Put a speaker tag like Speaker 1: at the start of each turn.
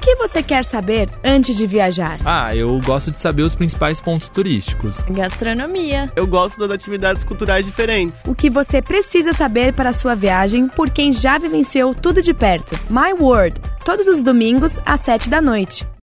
Speaker 1: que você quer saber antes de viajar?
Speaker 2: Ah, eu gosto de saber os principais pontos turísticos.
Speaker 1: Gastronomia.
Speaker 3: Eu gosto das atividades culturais diferentes.
Speaker 1: O que você precisa saber para a sua viagem por quem já vivenciou tudo de perto. My World, todos os domingos às 7 da noite.